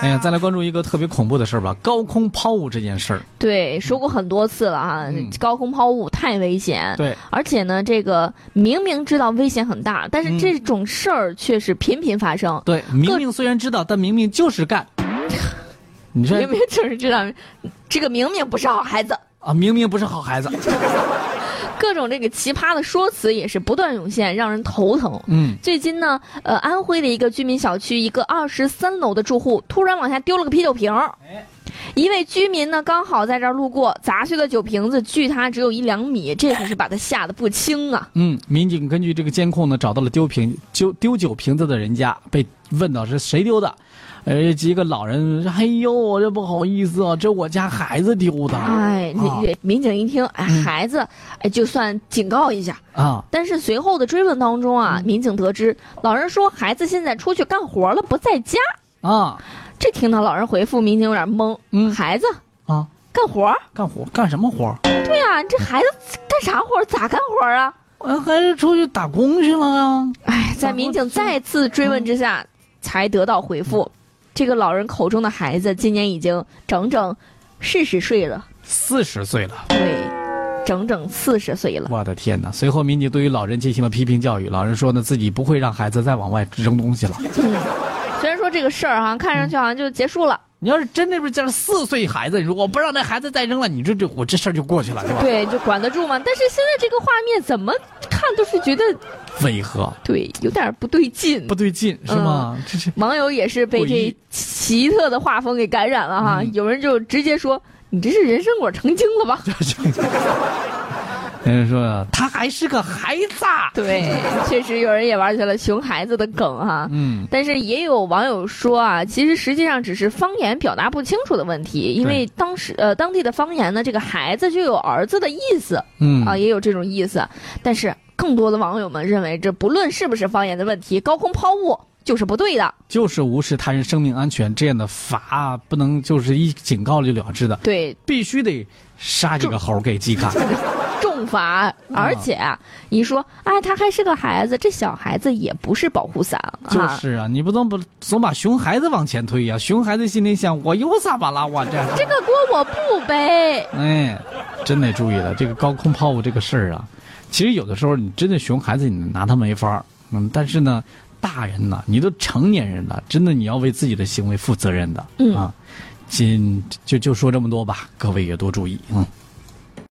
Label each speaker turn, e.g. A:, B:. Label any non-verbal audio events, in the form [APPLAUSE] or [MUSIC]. A: 哎
B: 啊
A: 呀，再来关注一个特别恐怖的事儿吧，高空抛物这件事儿。
B: 对，说过很多次了啊，
A: 嗯
B: 高空抛物太危险。
A: 对，
B: 而且呢，这个明明知道危险很大，但
A: 嗯
B: 是这种事儿却是频频发生。
A: 对，明明虽然知道，但明明就是
B: [LAUGHS]
A: 干。你说
B: 明明就是知道，这个明明不是好孩子，
A: 啊，明明不是好孩子。
B: 各种这个奇葩的说辞也是不断涌现，让人头疼。
A: 嗯，
B: 最近呢，呃，安徽的一个居民小区，一个二十三楼的住户突然往下丢了个啤酒瓶儿。
A: 哎
B: 一位居民呢，刚好在这儿路过，砸碎的酒瓶子距他只有一两米，这可是把他吓得不轻啊！
A: 嗯，民警根据这个监控呢，找到了丢瓶丢丢酒瓶子的人家，被问到是谁丢的，呃，几个老人说：“哎呦，我这不好意思啊，这我家孩子丢的。
B: 哎，
A: 啊
B: 你民警一听，哎，
A: 嗯
B: 孩子，哎，就算警告一下。
A: 啊，
B: 但是随后的追问当中
A: 嗯
B: 啊，民警得知老人说孩子现在出去干活了，不在家。
A: 啊
B: 这听到老人回复，民警有点懵，
A: 嗯
B: 孩子
A: 啊，
B: 干活儿？
A: 干活干什么活？
B: 对呀、你这孩子干啥活儿？咋干活儿啊？
A: 我呃还是出去打工去了啊呀。
B: 哎，在民警再次追问之
A: 嗯
B: 下，才得到回复。这个老人口中的孩子，今年已经整整四十岁了，
A: 四十岁了，
B: 对，整整四十岁了。
A: 我的天哪！随后，民警对于老人进行了批评教育。老人说呢，自己不会让孩子再往外扔东西了。
B: 虽然说这个事儿哈、看上去好像就结束了，
A: 你要是真那边家四岁孩子，你说我不让那孩子再扔了，你这这我这事儿就过去了，是吧？
B: 对，就管得住吗？但是现在这个画面怎么看都是觉得
A: 违和，
B: 对，有点不对劲
A: 不。对劲，是吗？这是
B: 网友也是被
A: 诡异
B: 这奇特的画风给感染了哈，
A: 嗯
B: 有人就直接说：“你这是人参果成精了
A: [LAUGHS]
B: 吧？”
A: 人家说啊他还是个孩子啊。
B: 对，确实有人也玩起了熊孩子的梗哈。
A: 嗯，
B: 但是也有网友说啊，其实实际上只是方言表达不清楚的问题，因为当时呃当地的方言呢，这个孩子就有儿子的意思
A: 嗯
B: 啊，也有这种意思。但是更多的网友们认为，这不论是不是方言的问题，高空抛物就是不对的。
A: 就是无视他人生命安全这样的罚，不能就是一警告就了之的，
B: 对，
A: 必须得杀这个猴给记卡。
B: 重罚，
A: 嗯
B: 而且啊你说，哎，他还是个孩子，这小孩子也不是保护伞
A: 就
B: 啊。
A: 是啊，你不能不总把熊孩子往前推呀、熊孩子心里想，我又咋巴拉我这，
B: 这个锅我不背。
A: 哎，真得注意了，这个高空抛物这个事儿啊，其实有的时候你真的熊孩子，你拿他没法儿，嗯，但是呢，大人呢，你都成年人了，真的你要为自己的行为负责任的，
B: 嗯
A: 啊，今就就说这么多吧，各位也多注意，嗯。